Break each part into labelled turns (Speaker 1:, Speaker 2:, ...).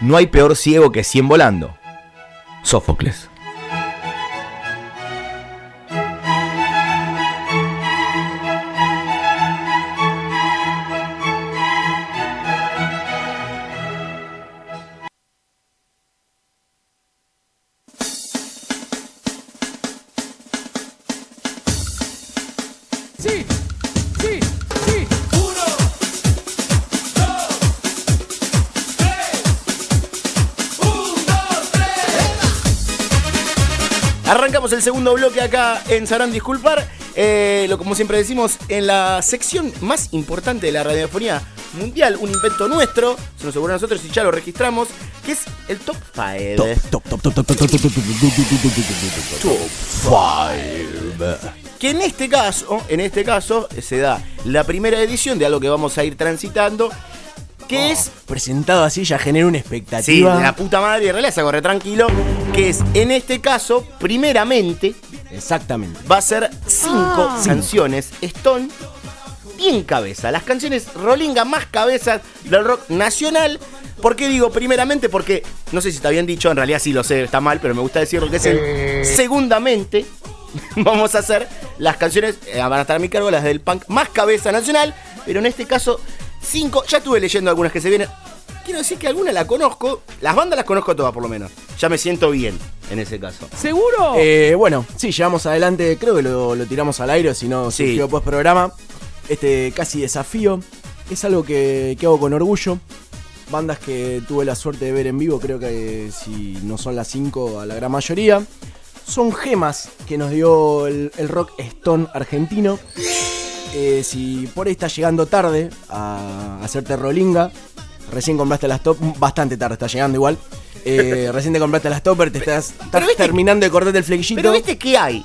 Speaker 1: No hay peor ciego que cien volando. Sófocles.
Speaker 2: Sí, sí, sí. Uno, dos, tres. Un, dos, tres.
Speaker 1: Arrancamos el segundo bloque acá en Sabrán Disculpar. Eh, lo como siempre decimos, en la sección más importante de la radiofonía mundial, un invento nuestro, se nos ocurrió a nosotros y ya lo registramos, que es el Top 5. Que en este caso, en este caso, se da la primera edición de algo que vamos a ir transitando, que es
Speaker 3: Presentado así ya genera una
Speaker 1: Sí,
Speaker 3: expectativa.
Speaker 1: de la puta madre, en realidad se corre tranquilo. Que es, en este caso, primeramente,
Speaker 3: Exactamente.
Speaker 1: va a ser cinco canciones Stone bien cabeza. Las canciones Rolinga más cabezas del rock nacional. ¿Por qué digo primeramente? Porque, no sé si está bien dicho, en realidad sí lo sé, está mal, pero me gusta decirlo que es el segundamente. Vamos a hacer las canciones, eh, van a estar a mi cargo las del punk más cabeza nacional, pero en este caso cinco, ya estuve leyendo algunas que se vienen. Quiero decir que algunas la conozco, las bandas las conozco todas por lo menos. Ya me siento bien en ese caso.
Speaker 2: ¿Seguro?
Speaker 3: Eh, bueno, sí, llevamos adelante, creo que lo, lo tiramos al aire, si no
Speaker 1: Sí.
Speaker 3: surgió post programa. Este casi desafío. Es algo que, que hago con orgullo. Bandas que tuve la suerte de ver en vivo, creo que eh, si no son las 5 a la gran mayoría. Son gemas que nos dio el, el rock Stone argentino. Eh, si por ahí estás llegando tarde a hacerte rolinga, recién compraste las top, bastante tarde está llegando igual. Eh, recién te compraste las topper, te estás, estás
Speaker 1: viste-
Speaker 3: terminando de cortarte el flequillito.
Speaker 1: Pero viste que hay.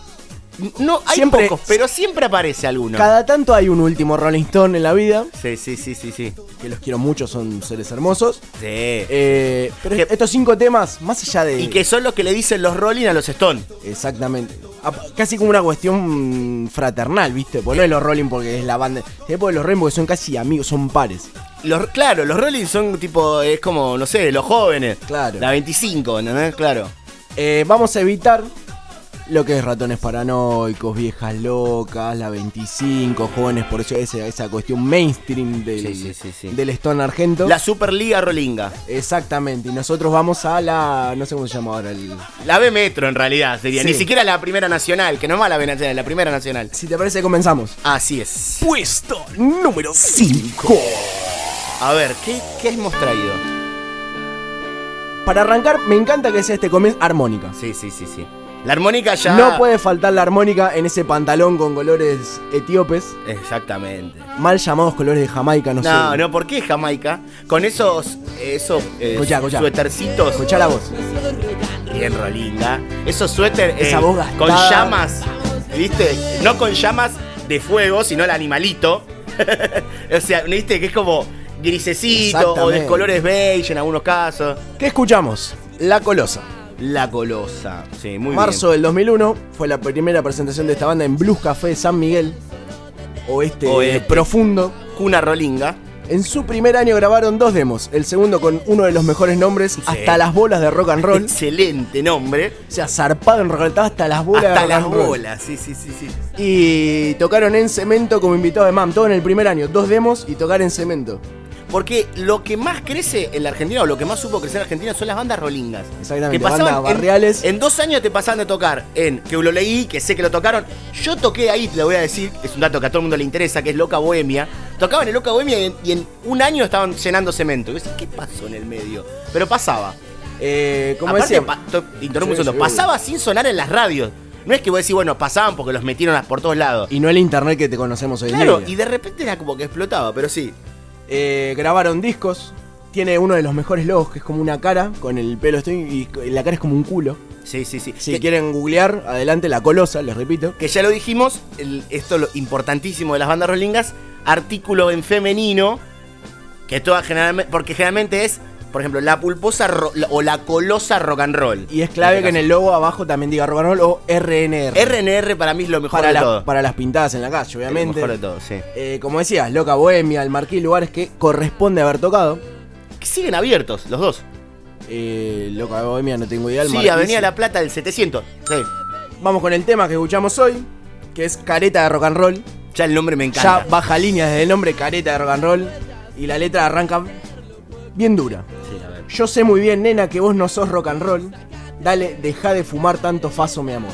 Speaker 1: No, hay
Speaker 3: Siempre-
Speaker 1: pocos, pero siempre aparece alguno.
Speaker 3: Cada tanto hay un último Rolling Stone en la vida,
Speaker 1: Sí, sí, sí, sí, sí.
Speaker 3: que los quiero mucho, son seres hermosos.
Speaker 1: Sí.
Speaker 3: Eh, pero
Speaker 1: Que-
Speaker 3: estos cinco temas, más allá de.
Speaker 1: y que son los que le dicen los Rolling a los Stone.
Speaker 3: Exactamente. A- Casi como una cuestión fraternal, ¿viste? Porque no es los Rolling porque es la banda. Es porque los Rolling porque son casi amigos, son pares.
Speaker 1: Los, claro, los Rolling son tipo, es como, no sé, los jóvenes.
Speaker 3: Claro.
Speaker 1: La 25, ¿no? ¿no? Claro.
Speaker 3: Eh, vamos a evitar lo que es ratones paranoicos, viejas locas, la 25, jóvenes, por eso esa, esa cuestión mainstream del,
Speaker 1: Sí, sí, sí, sí.
Speaker 3: del Stone Argento.
Speaker 1: La Superliga Rolinga.
Speaker 3: Exactamente, y nosotros vamos a la. No sé cómo se llama ahora. El...
Speaker 1: La B Metro en realidad sería.
Speaker 3: Sí.
Speaker 1: Ni siquiera la Primera Nacional, que no es más la B Nacional, la Primera Nacional.
Speaker 3: Si te parece, comenzamos.
Speaker 1: Así es.
Speaker 3: Puesto número 5.
Speaker 1: A ver, ¿qué, qué hemos traído?
Speaker 3: Para arrancar, me encanta que sea este comienzo armónica.
Speaker 1: Sí, sí, sí, sí. La armónica ya.
Speaker 3: No puede faltar la armónica en ese pantalón con colores etíopes,
Speaker 1: Exactamente.
Speaker 3: mal llamados colores de Jamaica, no,
Speaker 1: No,
Speaker 3: sé.
Speaker 1: no, ¿por qué Jamaica? Con esos, esos eh,
Speaker 3: Escuchá, escuchá.
Speaker 1: suétercitos
Speaker 3: Escuchá la voz.
Speaker 1: bien rolinga. Esos suéter eh,
Speaker 3: Esa voz
Speaker 1: con
Speaker 3: gastada.
Speaker 1: llamas, ¿viste? No con llamas de fuego, sino el animalito. o sea, ¿viste? Que es como grisecito o de
Speaker 3: Exactamente.
Speaker 1: colores beige en algunos casos.
Speaker 3: ¿Qué escuchamos? La Colosa.
Speaker 1: La colosa. Sí, muy
Speaker 3: Marzo del 2001 fue la primera presentación de esta banda en Blues Café San Miguel, oeste,
Speaker 1: Oeste.
Speaker 3: profundo.
Speaker 1: bien. Cuna rolinga.
Speaker 3: En su primer año grabaron dos demos, el segundo con uno de los mejores nombres, Hasta las bolas de rock and roll.
Speaker 1: Excelente nombre.
Speaker 3: O sea, zarpado en rock, estaba hasta las bolas de
Speaker 1: Hasta
Speaker 3: rock
Speaker 1: las
Speaker 3: and roll.
Speaker 1: bolas, sí, sí, sí, sí.
Speaker 3: Y tocaron en cemento como invitado de MAM, todo en el primer año, dos demos y tocar en cemento.
Speaker 1: Porque lo que más crece en la Argentina, o lo que más supo crecer en la Argentina, son las bandas rolingas.
Speaker 3: Exactamente,
Speaker 1: Que pasaban
Speaker 3: bandas
Speaker 1: en-
Speaker 3: barriales.
Speaker 1: En, dos años te pasaban de tocar en que lo leí, que sé que lo tocaron. Yo toqué ahí, te lo voy a decir, es un dato que a todo el mundo le interesa, que es Loca Bohemia. Tocaban en Loca Bohemia y en, y en un año estaban llenando cemento. Y yo decía, ¿qué pasó en el medio? Pero pasaba.
Speaker 3: Eh, como
Speaker 1: Aparte,
Speaker 3: decía,
Speaker 1: pa- to- interrumpo un
Speaker 3: Sí,
Speaker 1: segundo,
Speaker 3: sí,
Speaker 1: pasaba sin sonar en las radios. No es que vos decís, bueno, pasaban porque los metieron a- por todos lados.
Speaker 3: y no el internet que te conocemos hoy en
Speaker 1: claro, y
Speaker 3: día.
Speaker 1: de repente era como que explotaba, pero sí.
Speaker 3: Eh, grabaron discos, tiene uno de los mejores logos que es como una cara con el pelo estoy y la cara es como un culo.
Speaker 1: Sí, sí, sí.
Speaker 3: Si
Speaker 1: Que-
Speaker 3: quieren googlear, adelante la colosa, les repito.
Speaker 1: que ya lo dijimos, el- esto es lo importantísimo de las bandas rolingas, artículo en femenino, que todas generalmente, porque generalmente es, por ejemplo, la pulposa ro- la- o la colosa rock and roll. este
Speaker 3: Y es clave que en el logo abajo también diga rock and roll o RNR.
Speaker 1: RNR para mí es lo mejor
Speaker 3: para,
Speaker 1: de
Speaker 3: las-
Speaker 1: todo.
Speaker 3: para las pintadas en la calle,
Speaker 1: Es
Speaker 3: obviamente.
Speaker 1: Lo mejor de todo, sí.
Speaker 3: Eh, como decías, Loca Bohemia, El Marquí, lugares que corresponde haber tocado.
Speaker 1: Que siguen abiertos los dos.
Speaker 3: Eh, loca Bohemia, no tengo idea. el
Speaker 1: Sí,
Speaker 3: Marquis.
Speaker 1: Avenida La Plata del 700. Sí.
Speaker 3: Vamos con el tema que escuchamos hoy, que es Careta de Rock and Roll.
Speaker 1: Ya el nombre me encanta.
Speaker 3: Ya baja líneas desde el nombre Careta de Rock and Roll y la letra arranca bien dura.
Speaker 1: Sí, a ver.
Speaker 3: Yo sé muy bien, nena, que vos no sos rock and roll. Dale, deja de fumar tanto faso, mi amor.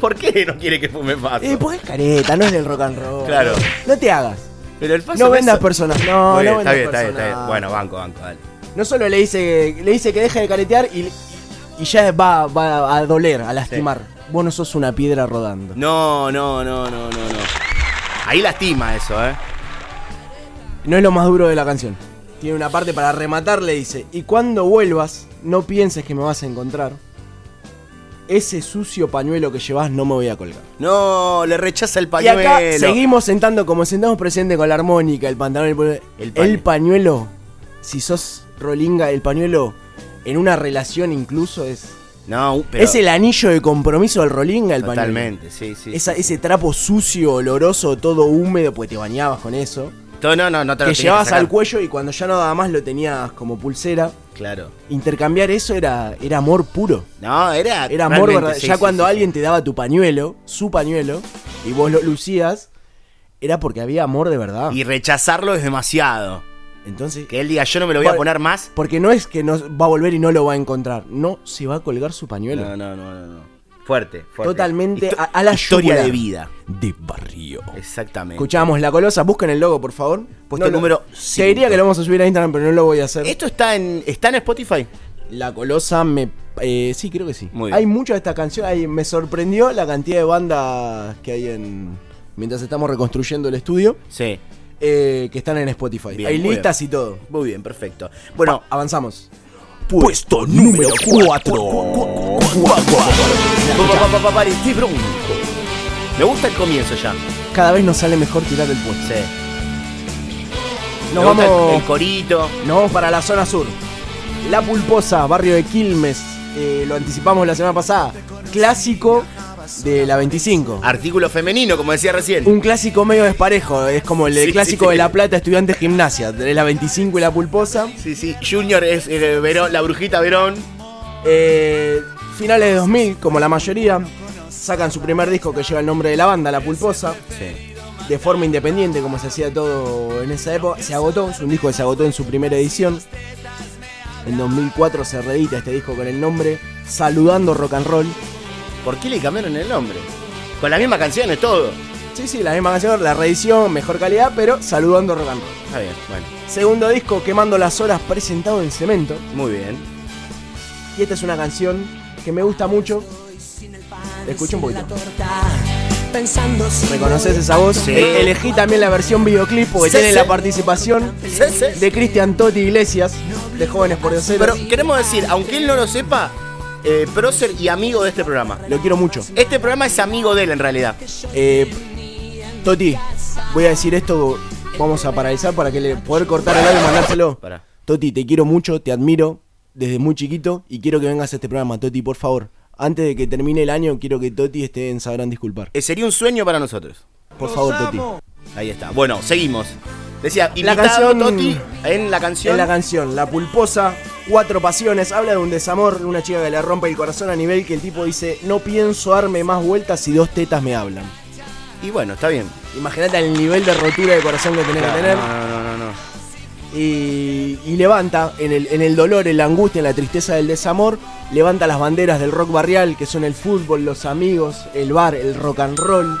Speaker 1: ¿Por qué no quiere que fume faso?
Speaker 3: Eh, porque es careta, no es del rock and roll.
Speaker 1: Claro.
Speaker 3: No te hagas.
Speaker 1: Pero el faso
Speaker 3: No vendas
Speaker 1: es-
Speaker 3: personas.
Speaker 1: Muy
Speaker 3: No,
Speaker 1: bien,
Speaker 3: no
Speaker 1: está
Speaker 3: vendas
Speaker 1: bien, está bien, está
Speaker 3: personas.
Speaker 1: bien. Bueno, banco, banco, dale.
Speaker 3: No solo le dice, le dice que deje de caretear y, y ya va, va a doler, a lastimar. Vos no sos una piedra rodando.
Speaker 1: No, no, no, no, no, no. Ahí lastima eso, ¿eh?
Speaker 3: No es lo más duro de la canción. Tiene una parte para rematar, le dice, y cuando vuelvas, no pienses que me vas a encontrar. Ese sucio pañuelo que llevas no me voy a colgar.
Speaker 1: No, le rechaza el
Speaker 3: Y
Speaker 1: pañuelo.
Speaker 3: acá seguimos sentando como sentamos presente con la armónica, el pantalón, el, pañuelo.
Speaker 1: El pañuelo.
Speaker 3: El pañuelo. Si sos rolinga, el pañuelo en una relación incluso es...
Speaker 1: No, pero
Speaker 3: es el anillo de compromiso del rolinga, el pañuelo.
Speaker 1: totalmente, sí, sí.
Speaker 3: Esa- ese trapo sucio, oloroso, todo húmedo, pues te bañabas con eso.
Speaker 1: No, no, no, no te lo
Speaker 3: que
Speaker 1: tenés
Speaker 3: llevabas
Speaker 1: sacar.
Speaker 3: al cuello y cuando ya no daba más lo tenías como pulsera.
Speaker 1: Claro.
Speaker 3: Intercambiar eso era, era amor puro.
Speaker 1: No, era.
Speaker 3: Era amor
Speaker 1: realmente,
Speaker 3: verdad-
Speaker 1: sí,
Speaker 3: ya
Speaker 1: sí,
Speaker 3: cuando
Speaker 1: sí, sí.
Speaker 3: alguien te daba tu pañuelo, su pañuelo, y vos lo lucías, era porque había amor de verdad.
Speaker 1: Y rechazarlo es demasiado.
Speaker 3: Entonces,
Speaker 1: Que él diga, yo no me lo voy a
Speaker 3: Bueno,
Speaker 1: poner más.
Speaker 3: porque no es que no va a volver y no lo va a encontrar. No, se va a colgar su pañuelo.
Speaker 1: No, no, no, no. no. Fuerte, fuerte.
Speaker 3: Totalmente
Speaker 1: Histo-
Speaker 3: a, a la
Speaker 1: Historia
Speaker 3: yugular.
Speaker 1: de vida.
Speaker 3: De barrio.
Speaker 1: Exactamente.
Speaker 3: Escuchamos La Colosa, busquen el logo, por favor.
Speaker 1: Puesto
Speaker 3: lo-
Speaker 1: número
Speaker 3: Te
Speaker 1: cinco.
Speaker 3: diría que lo vamos a subir a Instagram, pero no lo voy a hacer.
Speaker 1: Esto está en, está en Spotify.
Speaker 3: La Colosa me... eh, sí, creo que sí.
Speaker 1: Muy bien.
Speaker 3: Hay mucho de esta canción. Hay- me sorprendió la cantidad de bandas que hay en... Mientras estamos reconstruyendo el estudio,
Speaker 1: Sí.
Speaker 3: eh, que están en Spotify.
Speaker 1: Bien,
Speaker 3: hay
Speaker 1: muy
Speaker 3: listas y todo.
Speaker 1: Muy bien, perfecto. Bueno,
Speaker 3: Avanzamos.
Speaker 4: Puesto número 4.
Speaker 1: pa- pa- pa- pa- pare, Steve Bronco. Me gusta el comienzo ya.
Speaker 3: Cada vez nos sale mejor tirar el puesto.
Speaker 1: Sí.
Speaker 3: Nos
Speaker 1: Me gusta el-
Speaker 3: vamos,
Speaker 1: El corito.
Speaker 3: nos vamos para la zona sur. La Pulposa, barrio de Quilmes. eh, lo anticipamos la semana pasada. Clásico de la 25.
Speaker 1: Artículo femenino, como decía recién.
Speaker 3: Un clásico medio desparejo, es como el
Speaker 1: Sí,
Speaker 3: clásico
Speaker 1: sí.
Speaker 3: de La Plata, estudiantes gimnasia, tenés la 25 y la pulposa.
Speaker 1: Sí, sí. Junior es eh, Verón, la brujita Verón.
Speaker 3: Eh, finales de 2000, como la mayoría, sacan su primer disco que lleva el nombre de la banda, La Pulposa,
Speaker 1: Sí.
Speaker 3: de forma independiente, como se hacía todo en esa época. Se agotó, es un disco que se agotó en su primera edición. En 2004 se reedita este disco con el nombre Saludando Rock and Roll.
Speaker 1: ¿Por qué le cambiaron el nombre? Con las mismas canciones, todo.
Speaker 3: Sí, sí, la misma canción, la reedición, mejor calidad, pero Saludando Rock and Roll.
Speaker 1: Está bien, bueno.
Speaker 3: Segundo disco, Quemando las Horas, presentado en cemento.
Speaker 1: Muy bien.
Speaker 3: Y esta es una canción que me gusta mucho. Escucha un poquito.
Speaker 5: Pensando si
Speaker 3: ¿Reconoces esa voz?
Speaker 1: Sí.
Speaker 3: E- Elegí también la versión videoclip porque
Speaker 1: Sí,
Speaker 3: tiene
Speaker 1: sí.
Speaker 3: la participación
Speaker 1: Sí, sí.
Speaker 3: de Cristian Totti Iglesias, de Jóvenes por Dios.
Speaker 1: Pero queremos decir, aunque él no lo sepa, eh, prócer y amigo de este programa.
Speaker 3: Lo quiero mucho.
Speaker 1: Este programa es amigo de él en realidad.
Speaker 3: Eh, Totti, voy a decir esto, vamos a paralizar para que le poder cortar el audio y mandárselo.
Speaker 1: Pará.
Speaker 3: Toti, te quiero mucho, te admiro desde muy chiquito y quiero que vengas a este programa, Toti, por favor. Antes de que termine el año, quiero que Toti esté en Sabrán Disculpar.
Speaker 1: Eh, sería un sueño para nosotros.
Speaker 3: Por favor, Toti.
Speaker 1: Ahí está. Bueno, seguimos. Decía,
Speaker 3: La
Speaker 1: invitado
Speaker 3: canción-
Speaker 1: Toti en la canción.
Speaker 3: Es la canción La Pulposa, Cuatro Pasiones, habla de un desamor, de una chica que le rompe el corazón a nivel que el tipo dice, no pienso darme más vueltas si dos tetas me hablan.
Speaker 1: y bueno, está bien.
Speaker 3: Imagínate el nivel de rotura de corazón que tenés que
Speaker 1: No,
Speaker 3: tener.
Speaker 1: no, no, no, no.
Speaker 3: Y, y levanta, en el, en el dolor, en la angustia, en la tristeza del desamor, levanta las banderas del rock barrial, que son el fútbol, los amigos, el bar, el rock and roll.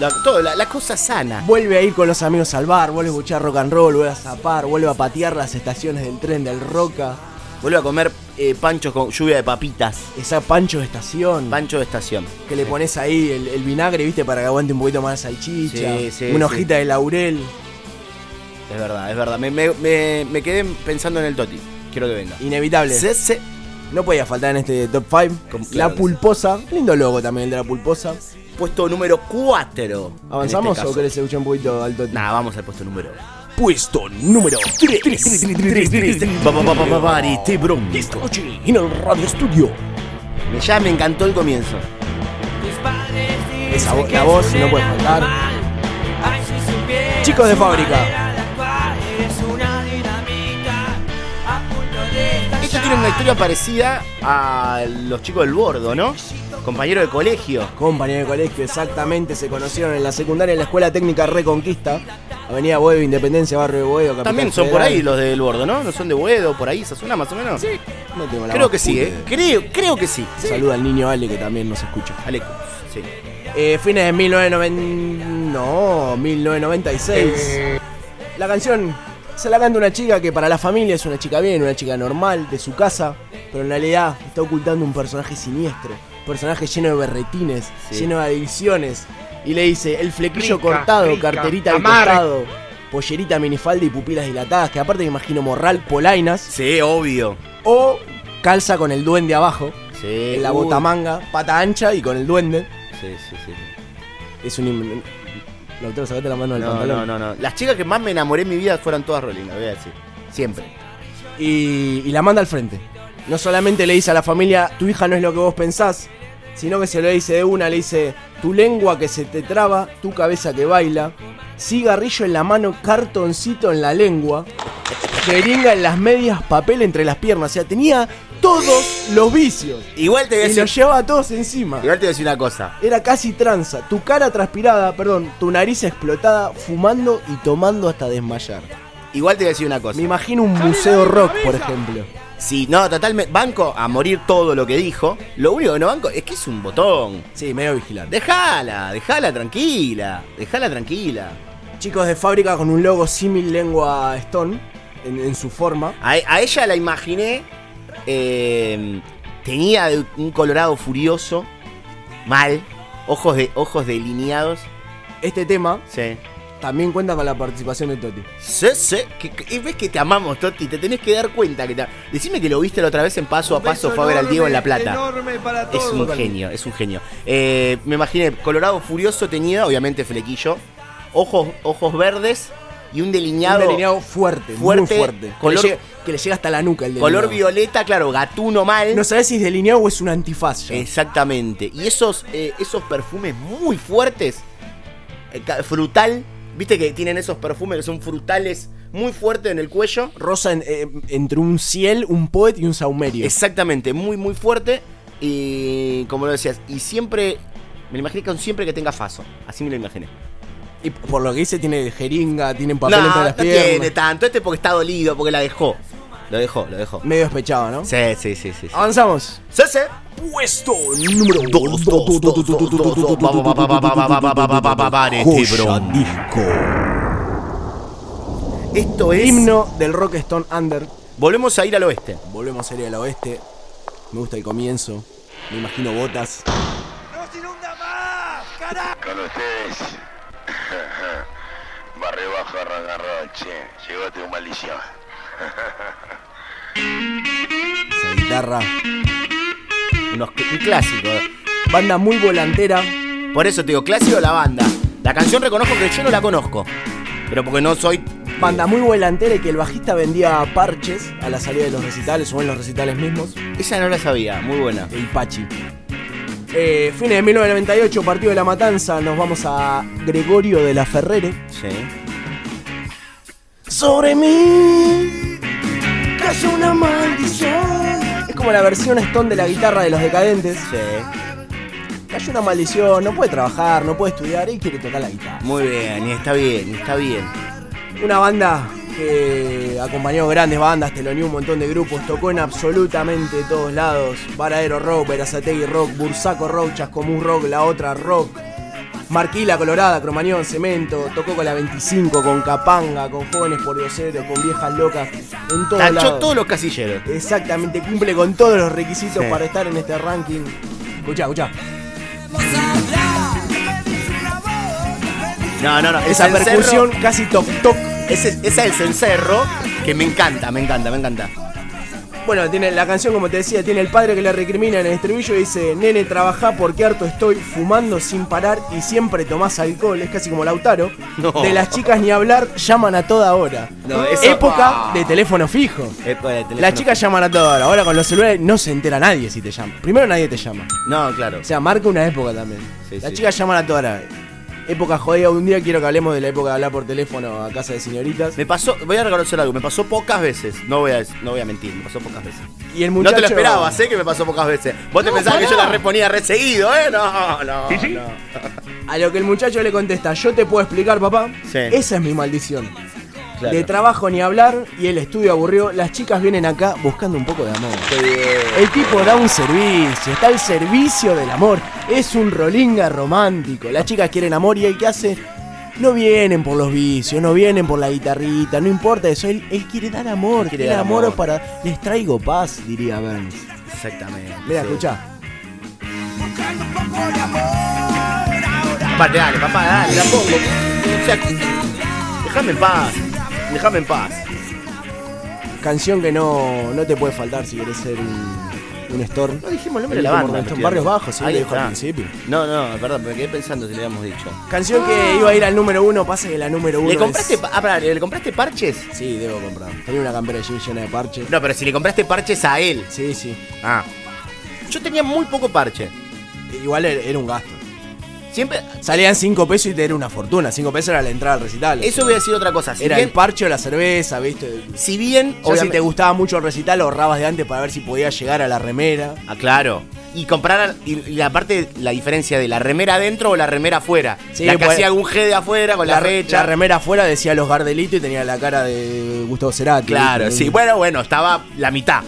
Speaker 1: La, todo, la, la cosa sana.
Speaker 3: Vuelve a ir con los amigos al bar, vuelve a escuchar rock and roll, vuelve a zapar, vuelve a patear las estaciones del tren del roca.
Speaker 1: Vuelve a comer eh, panchos con lluvia de papitas.
Speaker 3: Esa pancho de estación.
Speaker 1: Pancho de estación.
Speaker 3: Que le pones ahí el, el vinagre, viste, para que aguante un poquito más la salchicha.
Speaker 1: Sí, sí,
Speaker 3: una
Speaker 1: sí.
Speaker 3: hojita de laurel.
Speaker 1: Es verdad, es verdad. Me, me- me- me quedé pensando en el Toti. Quiero que venga.
Speaker 3: Inevitable.
Speaker 1: Se- se-
Speaker 3: No podía faltar en este top 5.
Speaker 1: Com-
Speaker 3: La
Speaker 1: claro.
Speaker 3: pulposa. Lindo logo también el de la pulposa.
Speaker 1: Puesto número 4. este
Speaker 3: ¿Avanzamos o querés escuchar un poquito al Toti?
Speaker 1: Nada, vamos al puesto número.
Speaker 4: Puesto número 3.
Speaker 1: Pa- pa- pa- pa- pa- pari, te bronco.
Speaker 4: Esta noche en el Radio Estudio.
Speaker 1: Ya me encantó el comienzo.
Speaker 3: Esa vo- la voz no puede faltar. Chicos de fábrica.
Speaker 1: Esto tiene una historia parecida a los chicos del bordo, ¿no? Compañero de colegio.
Speaker 3: Compañero de colegio, exactamente, se conocieron en la secundaria en la Escuela Técnica Reconquista, Avenida Boedo, Independencia, Barrio de Boedo, Capital
Speaker 1: También son por
Speaker 3: Federal.
Speaker 1: ahí los del bordo, ¿no? No son de Buedo, por ahí, esa zona más o menos.
Speaker 3: No tengo la
Speaker 1: Creo
Speaker 3: más
Speaker 1: que sí,
Speaker 3: puta
Speaker 1: ¿eh? Creo, creo que sí.
Speaker 3: idea. Saluda al niño Ale que también nos escucha.
Speaker 1: Aleco, sí.
Speaker 3: Eh, fines de 1990... No, 1996. La canción se la canta una chica que para la familia es una chica bien, una chica normal, de su casa, pero en realidad está ocultando un personaje siniestro, un personaje lleno de berretines,
Speaker 1: Sí.
Speaker 3: lleno de adicciones. Y le dice, el flequillo
Speaker 6: Rica,
Speaker 3: cortado,
Speaker 6: rica,
Speaker 3: carterita al
Speaker 6: amarre.
Speaker 3: costado, pollerita minifalda y pupilas dilatadas, que aparte me imagino morral, polainas,
Speaker 1: Sí, obvio.
Speaker 3: o calza con el duende abajo,
Speaker 1: Sí.
Speaker 3: en la
Speaker 1: uy.
Speaker 3: botamanga, pata ancha y con el duende.
Speaker 1: Sí, sí, sí.
Speaker 3: Es un. im- Lautaro, sacate la mano del
Speaker 1: No, no,
Speaker 3: pantalón.
Speaker 1: no, no. Las chicas que más me enamoré en mi vida fueron todas Rolling, voy a decir. Siempre.
Speaker 3: Y, y la manda al frente. No solamente le dice a la familia, tu hija no es lo que vos pensás, sino que se lo dice de una, le dice, tu lengua que se te traba, tu cabeza que baila, cigarrillo en la mano, cartoncito en la lengua, jeringa en las medias, papel entre las piernas. O sea, tenía todos los vicios.
Speaker 1: Igual te voy a
Speaker 3: Y los
Speaker 1: decir,
Speaker 3: llevaba a todos encima.
Speaker 1: igual te voy a decir una cosa.
Speaker 3: Era casi tranza, tu cara transpirada, perdón, tu nariz explotada, fumando y tomando hasta desmayar.
Speaker 1: Igual te voy a decir una cosa.
Speaker 3: Me imagino un museo rock, por ejemplo.
Speaker 1: Sí, no, totalmente. Banco a morir todo lo que dijo. Lo único que no banco es que es un botón.
Speaker 3: Sí, medio vigilante.
Speaker 1: Dejala, dejala tranquila. Dejala tranquila.
Speaker 3: Chicos de fábrica con un logo símil lengua Stone en, en su forma.
Speaker 1: A, a ella la imaginé. eh, tenía de- un colorado furioso. Mal. Ojos, de, ojos delineados.
Speaker 3: Este tema
Speaker 1: Sí.
Speaker 3: también cuenta con la participación de Toti.
Speaker 1: Sí, sí. Que, que- ves que te amamos, Toti. Te tenés que dar cuenta que te. Decime que lo viste la otra vez en paso a paso. Fue a ver al Diego en La Plata.
Speaker 6: Enorme para
Speaker 1: Es
Speaker 6: todos.
Speaker 1: un genio, es un genio. Eh, me imaginé, Colorado furioso tenía, obviamente flequillo, ojos, ojos verdes y un delineado,
Speaker 3: Un delineado fuerte, muy
Speaker 1: Fuerte,
Speaker 3: fuerte.
Speaker 1: color-
Speaker 3: que, le llega, que le llega hasta la nuca el delineado.
Speaker 1: color violeta, claro, gatuno mal.
Speaker 3: No sabes si es delineado o es un antifaz. ya.
Speaker 1: Exactamente. Y esos, eh, esos perfumes muy fuertes, eh, ca- frutal, viste que tienen esos perfumes que son frutales muy fuertes en el cuello.
Speaker 3: Rosa en- eh, entre un ciel, un poet y un saumerio.
Speaker 1: Exactamente, muy, muy fuerte. Y como lo decías, y siempre, me lo imaginé con siempre que tenga faso. Así me lo imaginé.
Speaker 3: Y por lo que dice, tiene jeringa, tiene papel
Speaker 1: no,
Speaker 3: entre las
Speaker 1: no
Speaker 3: piernas.
Speaker 1: tiene tanto. Este porque está dolido, porque la dejó. Lo dejó, lo dejó.
Speaker 3: Medio despechado, ¿no?
Speaker 1: Sí, sí, sí, sí. sí.
Speaker 3: Avanzamos.
Speaker 1: Sí, sí.
Speaker 4: Puesto número
Speaker 1: Dos, dos, dos, dos, dos, dos, dos. Vamos, va, va, va, va, va, va, va, va, va, va, va, va, este, bro.
Speaker 4: Joya Disco.
Speaker 1: Esto es.
Speaker 3: Himno del Rock Stone Under.
Speaker 1: Volvemos a ir al oeste.
Speaker 3: Volvemos a ir al oeste. Me gusta el comienzo. Me imagino botas.
Speaker 6: ¡No se inunda más! ¡Carajo!
Speaker 7: Con ustedes, barrio bajo Rangarroche, llegó tu maldición.
Speaker 3: Esa guitarra.
Speaker 1: Unos cl- un clásico. eh.
Speaker 3: Banda muy volantera.
Speaker 1: Por eso te digo, clásico la banda. La canción reconozco que yo no la conozco. Pero porque no soy.
Speaker 3: Banda muy volantera y que el bajista vendía parches a la salida de los recitales o en los recitales mismos.
Speaker 1: Esa no la sabía, muy buena.
Speaker 3: El Pachi. Eh, fines de 1998, partido de la matanza. Nos vamos a Gregorio de la Ferrere.
Speaker 1: Sí.
Speaker 3: Sobre mí cayó una maldición. Es como la versión Stone de la guitarra de los decadentes.
Speaker 1: Sí.
Speaker 3: Cayó una maldición, no puede trabajar, no puede estudiar y quiere tocar la guitarra.
Speaker 1: Muy bien, y está bien, y está bien.
Speaker 3: Una banda que acompañó grandes bandas, telonió un montón de grupos, tocó en absolutamente todos lados. Varadero Rock, Verazategui Rock, Bursaco Rock, Chascomús Rock, La Otra Rock. Marquila, Colorada, Cromañón, Cemento, tocó con la 25, con Capanga, con Jóvenes por Dioseros, con Viejas Locas, en todos
Speaker 1: Tachó
Speaker 3: lados.
Speaker 1: todos los casilleros.
Speaker 3: Exactamente, cumple con todos los requisitos
Speaker 1: Sí.
Speaker 3: para estar en este ranking. Escucha, escucha.
Speaker 1: No, no, no. el
Speaker 3: Esa
Speaker 1: cencerro-
Speaker 3: percusión casi top top.
Speaker 1: Ese, esa es el cencerro que me encanta, me encanta, me encanta.
Speaker 3: Bueno, tiene la canción, como te decía, tiene el padre que le recrimina en el estribillo y dice, nene, trabajá porque harto estoy fumando sin parar y siempre tomás alcohol, es casi como Lautaro.
Speaker 1: No.
Speaker 3: De las chicas ni hablar, llaman a toda hora.
Speaker 1: No, Eh, eso-
Speaker 3: Época de teléfono fijo. Las chicas llaman a toda hora, ahora con los celulares no se entera nadie si te llama. Primero nadie te llama.
Speaker 1: No, claro.
Speaker 3: O sea, marca una época también.
Speaker 1: Sí,
Speaker 3: Las
Speaker 1: sí.
Speaker 3: chicas llaman a toda hora. Época jodida, un día quiero que hablemos de la época de hablar por teléfono a casa de señoritas.
Speaker 1: Me pasó, voy a reconocer algo, me pasó pocas veces. No voy a, no voy a mentir, me pasó pocas veces.
Speaker 3: Y el
Speaker 1: No te lo
Speaker 3: muchacho-
Speaker 1: esperabas, ¿eh? Que me pasó pocas veces. Vos te pensabas que yo la reponía re seguido, ¿eh? No, no. no.
Speaker 3: A lo que el muchacho le contesta, yo te puedo explicar, papá.
Speaker 1: Sí.
Speaker 3: Esa es mi maldición.
Speaker 1: Claro.
Speaker 3: De trabajo ni hablar y el estudio aburrido. Las chicas vienen acá buscando un poco de amor.
Speaker 1: Qué bien.
Speaker 3: El tipo da un servicio, está al servicio del amor. Es un rolinga romántico. Las chicas quieren amor y el que hace. No vienen por los vicios, no vienen por la guitarrita, no importa eso. Él, él quiere dar amor,
Speaker 1: Quiere
Speaker 3: quiere,
Speaker 1: dar
Speaker 3: dar amor,
Speaker 1: amor.
Speaker 3: para. Les traigo paz, diría Burns.
Speaker 1: Exactamente.
Speaker 3: Mira,
Speaker 1: sí.
Speaker 3: escuchá.
Speaker 1: Papá, dale, papá, dale, la pongo. O sea, déjame en paz. Déjame en paz.
Speaker 3: Canción que no, no te puede faltar si querés ser un, un storm.
Speaker 1: No dijimos el nombre
Speaker 3: Él
Speaker 1: de la
Speaker 3: dijo
Speaker 1: banda.
Speaker 3: Rolling Stone,
Speaker 1: cuestión.
Speaker 3: Barrios Bajos, sí,
Speaker 1: Ahí
Speaker 3: lo dijo al
Speaker 1: está.
Speaker 3: principio.
Speaker 1: No, no, es verdad, me quedé pensando si le habíamos dicho.
Speaker 3: Canción que iba a ir al número uno, pasa que la número uno.
Speaker 1: Ah. ¿Le compraste,
Speaker 3: es-
Speaker 1: pa- ah, pará, ¿Le compraste parches?
Speaker 3: Sí, debo comprar. Tenía una campera de jean llena de parches.
Speaker 1: No, pero si le compraste parches a él.
Speaker 3: Sí, sí.
Speaker 1: Ah. Yo tenía muy poco parche.
Speaker 3: Igual era era un gasto.
Speaker 1: Siempre.
Speaker 3: Salían 5 pesos y te era una fortuna. 5 pesos era la entrada al recital.
Speaker 1: Eso voy a decir otra cosa. Si
Speaker 3: Era
Speaker 1: bien,
Speaker 3: el parche o la cerveza, ¿viste?
Speaker 1: si bien
Speaker 3: O si
Speaker 1: obviamente-
Speaker 3: te gustaba mucho el recital, ahorrabas de antes para ver si podías llegar a la remera.
Speaker 1: Ah, claro. Y comprar al- y, y aparte la diferencia de la remera adentro o la remera afuera.
Speaker 3: Sí,
Speaker 1: la que
Speaker 3: pues-
Speaker 1: hacía un G de afuera con la,
Speaker 3: re-
Speaker 1: fecha.
Speaker 3: la remera afuera decía los Gardelito y tenía la cara de Gustavo Cerati.
Speaker 1: Claro,
Speaker 3: ¿viste?
Speaker 1: sí. Bueno, bueno, estaba la mitad.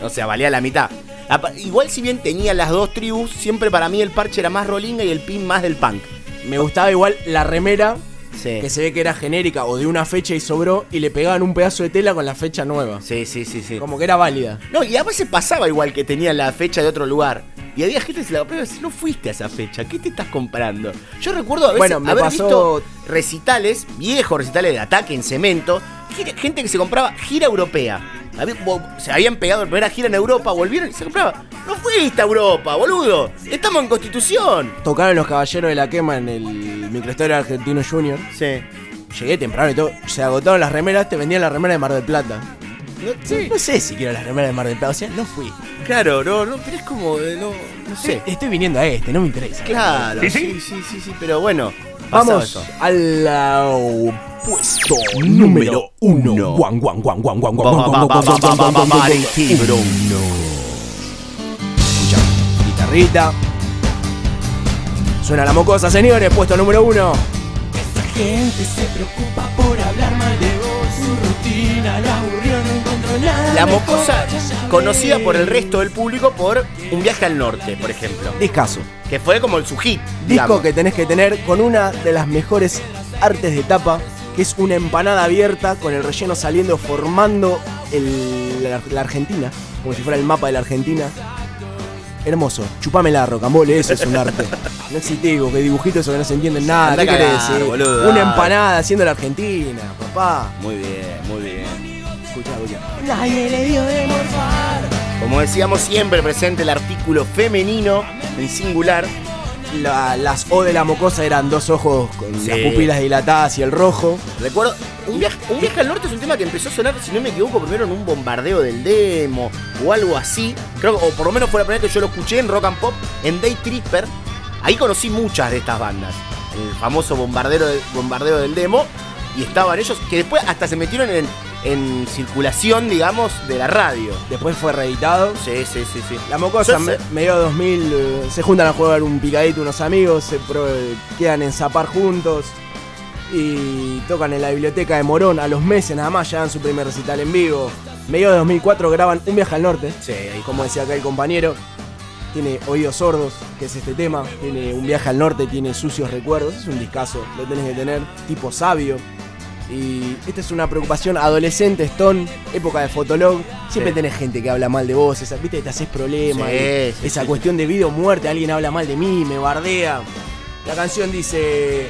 Speaker 1: O sea, valía la mitad. Apa- Igual si bien tenía las dos tribus, siempre para mí el parche era más rolinga y el pin más del punk.
Speaker 3: Me gustaba igual la remera
Speaker 1: Sí.
Speaker 3: que se ve que era genérica o de una fecha y sobró y le pegaban un pedazo de tela con la fecha nueva.
Speaker 1: Sí, sí, sí, sí.
Speaker 3: Como que era válida.
Speaker 1: No, y a veces pasaba igual que tenía la fecha de otro lugar. Y había gente que se la compraba y decía, no fuiste a esa fecha, ¿qué te estás comprando? Yo recuerdo a veces
Speaker 3: Bueno, me
Speaker 1: haber
Speaker 3: pasó-
Speaker 1: visto recitales, viejos recitales de ataque en cemento, gira- gente que se compraba gira europea. Había- bo- se habían pegado la primera gira en Europa, volvieron y se compraba. No fuiste a Europa, boludo. Estamos en Constitución.
Speaker 3: Tocaron los caballeros de la quema en el microestadio argentino junior.
Speaker 1: Sí.
Speaker 3: Llegué temprano y todo. Se agotaron las remeras, te vendían la remera de Mar del Plata.
Speaker 1: No,
Speaker 3: No sé si quiero las remeras de Mar del Plata, o sea, no fui.
Speaker 1: Claro, no, no, pero es como, eh, no, no sé.
Speaker 3: Estoy viniendo a este, no me interesa.
Speaker 1: Claro, sí, sí, sí, sí, pero bueno. pasaba
Speaker 3: Vamos
Speaker 1: eso.
Speaker 3: al oh, puesto número
Speaker 4: número
Speaker 3: uno.
Speaker 4: uno. Guan, guan, guan, guan, guan, guan,
Speaker 1: Va, va,
Speaker 4: guan,
Speaker 1: va,
Speaker 4: guan,
Speaker 1: va,
Speaker 4: guan, guan,
Speaker 1: va, va,
Speaker 4: guan,
Speaker 1: va,
Speaker 4: guan, guan,
Speaker 1: Valentín
Speaker 4: guan.
Speaker 3: Escucha, guitarrita. Suena la mocosa, señores, puesto número uno.
Speaker 8: Esta gente se preocupa por hablar mal de vos. Su rutina la aburrió, no encontró nada.
Speaker 1: La
Speaker 8: mejor,
Speaker 1: mocosa
Speaker 8: ya sabe.
Speaker 1: conocida por el resto del público por Un viaje al norte, por ejemplo.
Speaker 3: Discaso.
Speaker 1: Que fue como el su hit.
Speaker 3: Disco
Speaker 1: digamos.
Speaker 3: que tenés que tener con una de las mejores artes de tapa, que es una empanada abierta con el relleno saliendo formando el- la, la Argentina, como si fuera el mapa de la Argentina. Hermoso, chupame la rocambole, eso es un arte. No existe digo, que dibujitos eso que no se entienden nada.
Speaker 1: Andá
Speaker 3: ¿Qué
Speaker 1: a
Speaker 3: querés
Speaker 1: cagar,
Speaker 3: decir?
Speaker 1: boludo,
Speaker 3: Una
Speaker 1: dale.
Speaker 3: empanada haciendo la Argentina, papá.
Speaker 1: Muy bien, muy bien.
Speaker 3: Escuchá, escuchá.
Speaker 8: Nadie le dio de morfar.
Speaker 1: Como decíamos siempre, presente el artículo femenino en singular.
Speaker 3: La- las O de la mocosa eran dos ojos con
Speaker 1: Sí.
Speaker 3: las pupilas dilatadas y el rojo.
Speaker 1: Recuerdo, un viaje, Un viaje al norte es un tema que empezó a sonar, si no me equivoco, primero en un bombardeo del demo o algo así. Creo que, o por lo menos fue la primera vez que yo lo escuché en rock and pop, en Day Tripper. Ahí conocí muchas de estas bandas. El famoso bombardero de- bombardeo del demo. Y estaban ellos, que después hasta se metieron en, en circulación, digamos, de la radio.
Speaker 3: Después fue reeditado.
Speaker 1: Sí, sí, sí, sí.
Speaker 3: La mocosa,
Speaker 1: Yo
Speaker 3: me-
Speaker 1: sé-
Speaker 3: medio 2000, eh, se juntan a jugar un picadito unos amigos, se pro- eh, quedan en zapar juntos y tocan en la biblioteca de Morón a los meses nada más, ya dan su primer recital en vivo. Medio de 2004 graban Un viaje al norte,
Speaker 1: Sí, ahí como-
Speaker 3: como decía acá el compañero, tiene Oídos sordos, que es este tema, tiene Un viaje al norte, tiene Sucios recuerdos, es un discazo, lo tenés que tener, tipo sabio. Y esta es una preocupación adolescente, Stone, época de Fotolog. Siempre
Speaker 1: Sí.
Speaker 3: tenés gente que habla mal de vos, esa, viste, te haces problemas.
Speaker 1: Sí,
Speaker 3: y
Speaker 1: sí,
Speaker 3: esa
Speaker 1: sí,
Speaker 3: cuestión de vida o muerte, alguien habla mal de mí, me bardea. La canción dice,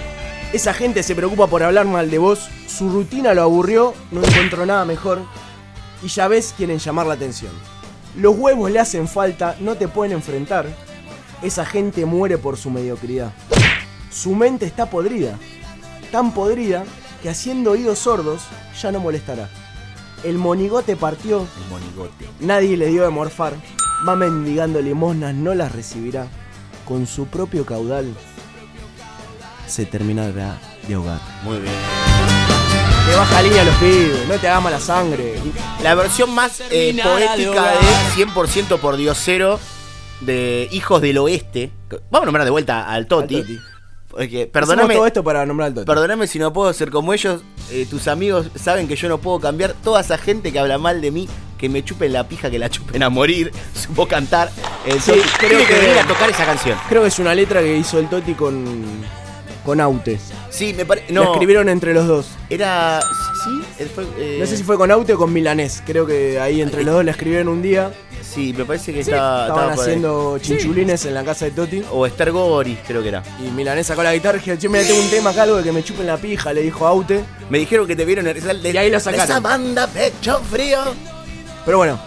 Speaker 3: esa gente se preocupa por hablar mal de vos, su rutina lo aburrió, no encontró nada mejor y ya ves quieren llamar la atención. Los huevos le hacen falta, no te pueden enfrentar. Esa gente muere por su mediocridad. Su mente está podrida, tan podrida que haciendo oídos sordos ya no molestará. El monigote partió, nadie le dio de morfar, va mendigando limosnas, no las recibirá. Con su propio caudal se terminará de ahogar.
Speaker 1: Muy bien.
Speaker 3: Que baja línea los pibes, no te hagas mala sangre.
Speaker 1: La versión más eh, poética de 100% por Diosero de Hijos del Oeste. Vamos a nombrar de vuelta al Toti.
Speaker 3: Al Toti.
Speaker 1: Porque,
Speaker 3: Hacemos
Speaker 1: perdóname,
Speaker 3: todo esto para nombrar al Toti.
Speaker 1: perdóname si no puedo ser como ellos. Eh, tus amigos saben que yo no puedo cambiar. Toda esa gente que habla mal de mí, que me chupen la pija, que la chupen a morir. Supo cantar. El
Speaker 3: Sí,
Speaker 1: Toti
Speaker 3: creo
Speaker 1: tiene que,
Speaker 3: que-
Speaker 1: venir a tocar esa canción.
Speaker 3: Creo que es una letra que hizo el Toti con, con Aute.
Speaker 1: Sí, me parece.
Speaker 3: La
Speaker 1: No,
Speaker 3: escribieron entre los dos.
Speaker 1: era. Sí, Eh, fue, eh,
Speaker 3: No sé si fue con Aute o con Milanés. Creo que ahí entre los dos la escribieron un día.
Speaker 1: Sí, me parece que estaba,
Speaker 3: Estaban
Speaker 1: estaba por ahí.
Speaker 3: haciendo chinchulines en la casa de Toti.
Speaker 1: O Esther Goris, creo que era.
Speaker 3: Y Milanés sacó la guitarra y dijo, che, mira, tengo un tema acá, algo de que me chupen la pija, le dijo Aute.
Speaker 1: Me dijeron que te vieron en el
Speaker 3: Y ahí lo sacaron.
Speaker 1: Esa banda, pecho frío.
Speaker 3: Pero bueno.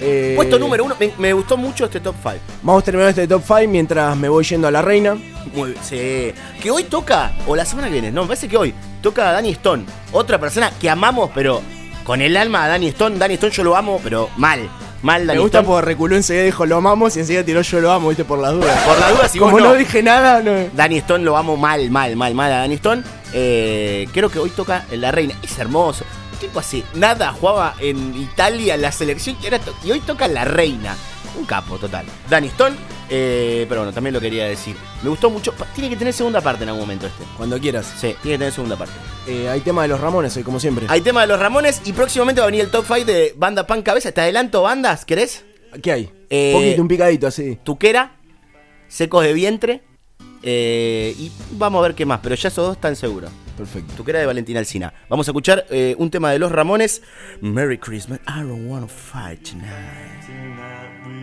Speaker 3: eh,
Speaker 1: Puesto número uno. Me, me gustó mucho este top 5.
Speaker 3: Vamos terminando este top 5 mientras me voy yendo a la reina.
Speaker 1: Muy bien. Sí. Que hoy toca, o la semana que viene, no, me parece que hoy toca a Danny Stone. Otra persona que amamos, pero con el alma a Danny Stone. Danny Stone yo lo amo, pero mal. Mal, Danny
Speaker 3: me gusta
Speaker 1: Stone.
Speaker 3: porque reculó enseguida dijo lo amamos y enseguida tiró yo lo amo, viste, por las dudas.
Speaker 1: Por la duda, si
Speaker 3: Como
Speaker 1: vos
Speaker 3: no.
Speaker 1: no.
Speaker 3: dije nada, no.
Speaker 1: Danny Stone lo amo mal, mal, mal, mal a Danny Stone. Eh, creo que hoy toca en La Reina. Es hermoso. Tipo así, nada, jugaba en Italia en la selección y, ahora to- y hoy toca en La Reina. Un capo total. Danny Stone, eh, pero bueno, también lo quería decir. Me gustó mucho. Pa- Tiene que tener segunda parte en algún momento este.
Speaker 3: Cuando quieras.
Speaker 1: Sí, tiene que tener segunda parte.
Speaker 3: Eh, hay tema de los Ramones hoy, como siempre.
Speaker 1: Hay tema de los Ramones y próximamente va a venir el top 5 de Banda Pan Cabeza. Te adelanto bandas, ¿querés?
Speaker 3: ¿Qué hay?
Speaker 1: Eh,
Speaker 3: un poquito, un picadito así.
Speaker 1: Tuquera, Secos de Vientre eh, y vamos a ver qué más, pero ya esos dos están seguros.
Speaker 3: Perfecto.
Speaker 1: Tuquera de Valentina Alcina. Vamos a escuchar eh, un tema de los Ramones. Merry Christmas, I don't wanna fight tonight.
Speaker 9: Tonight we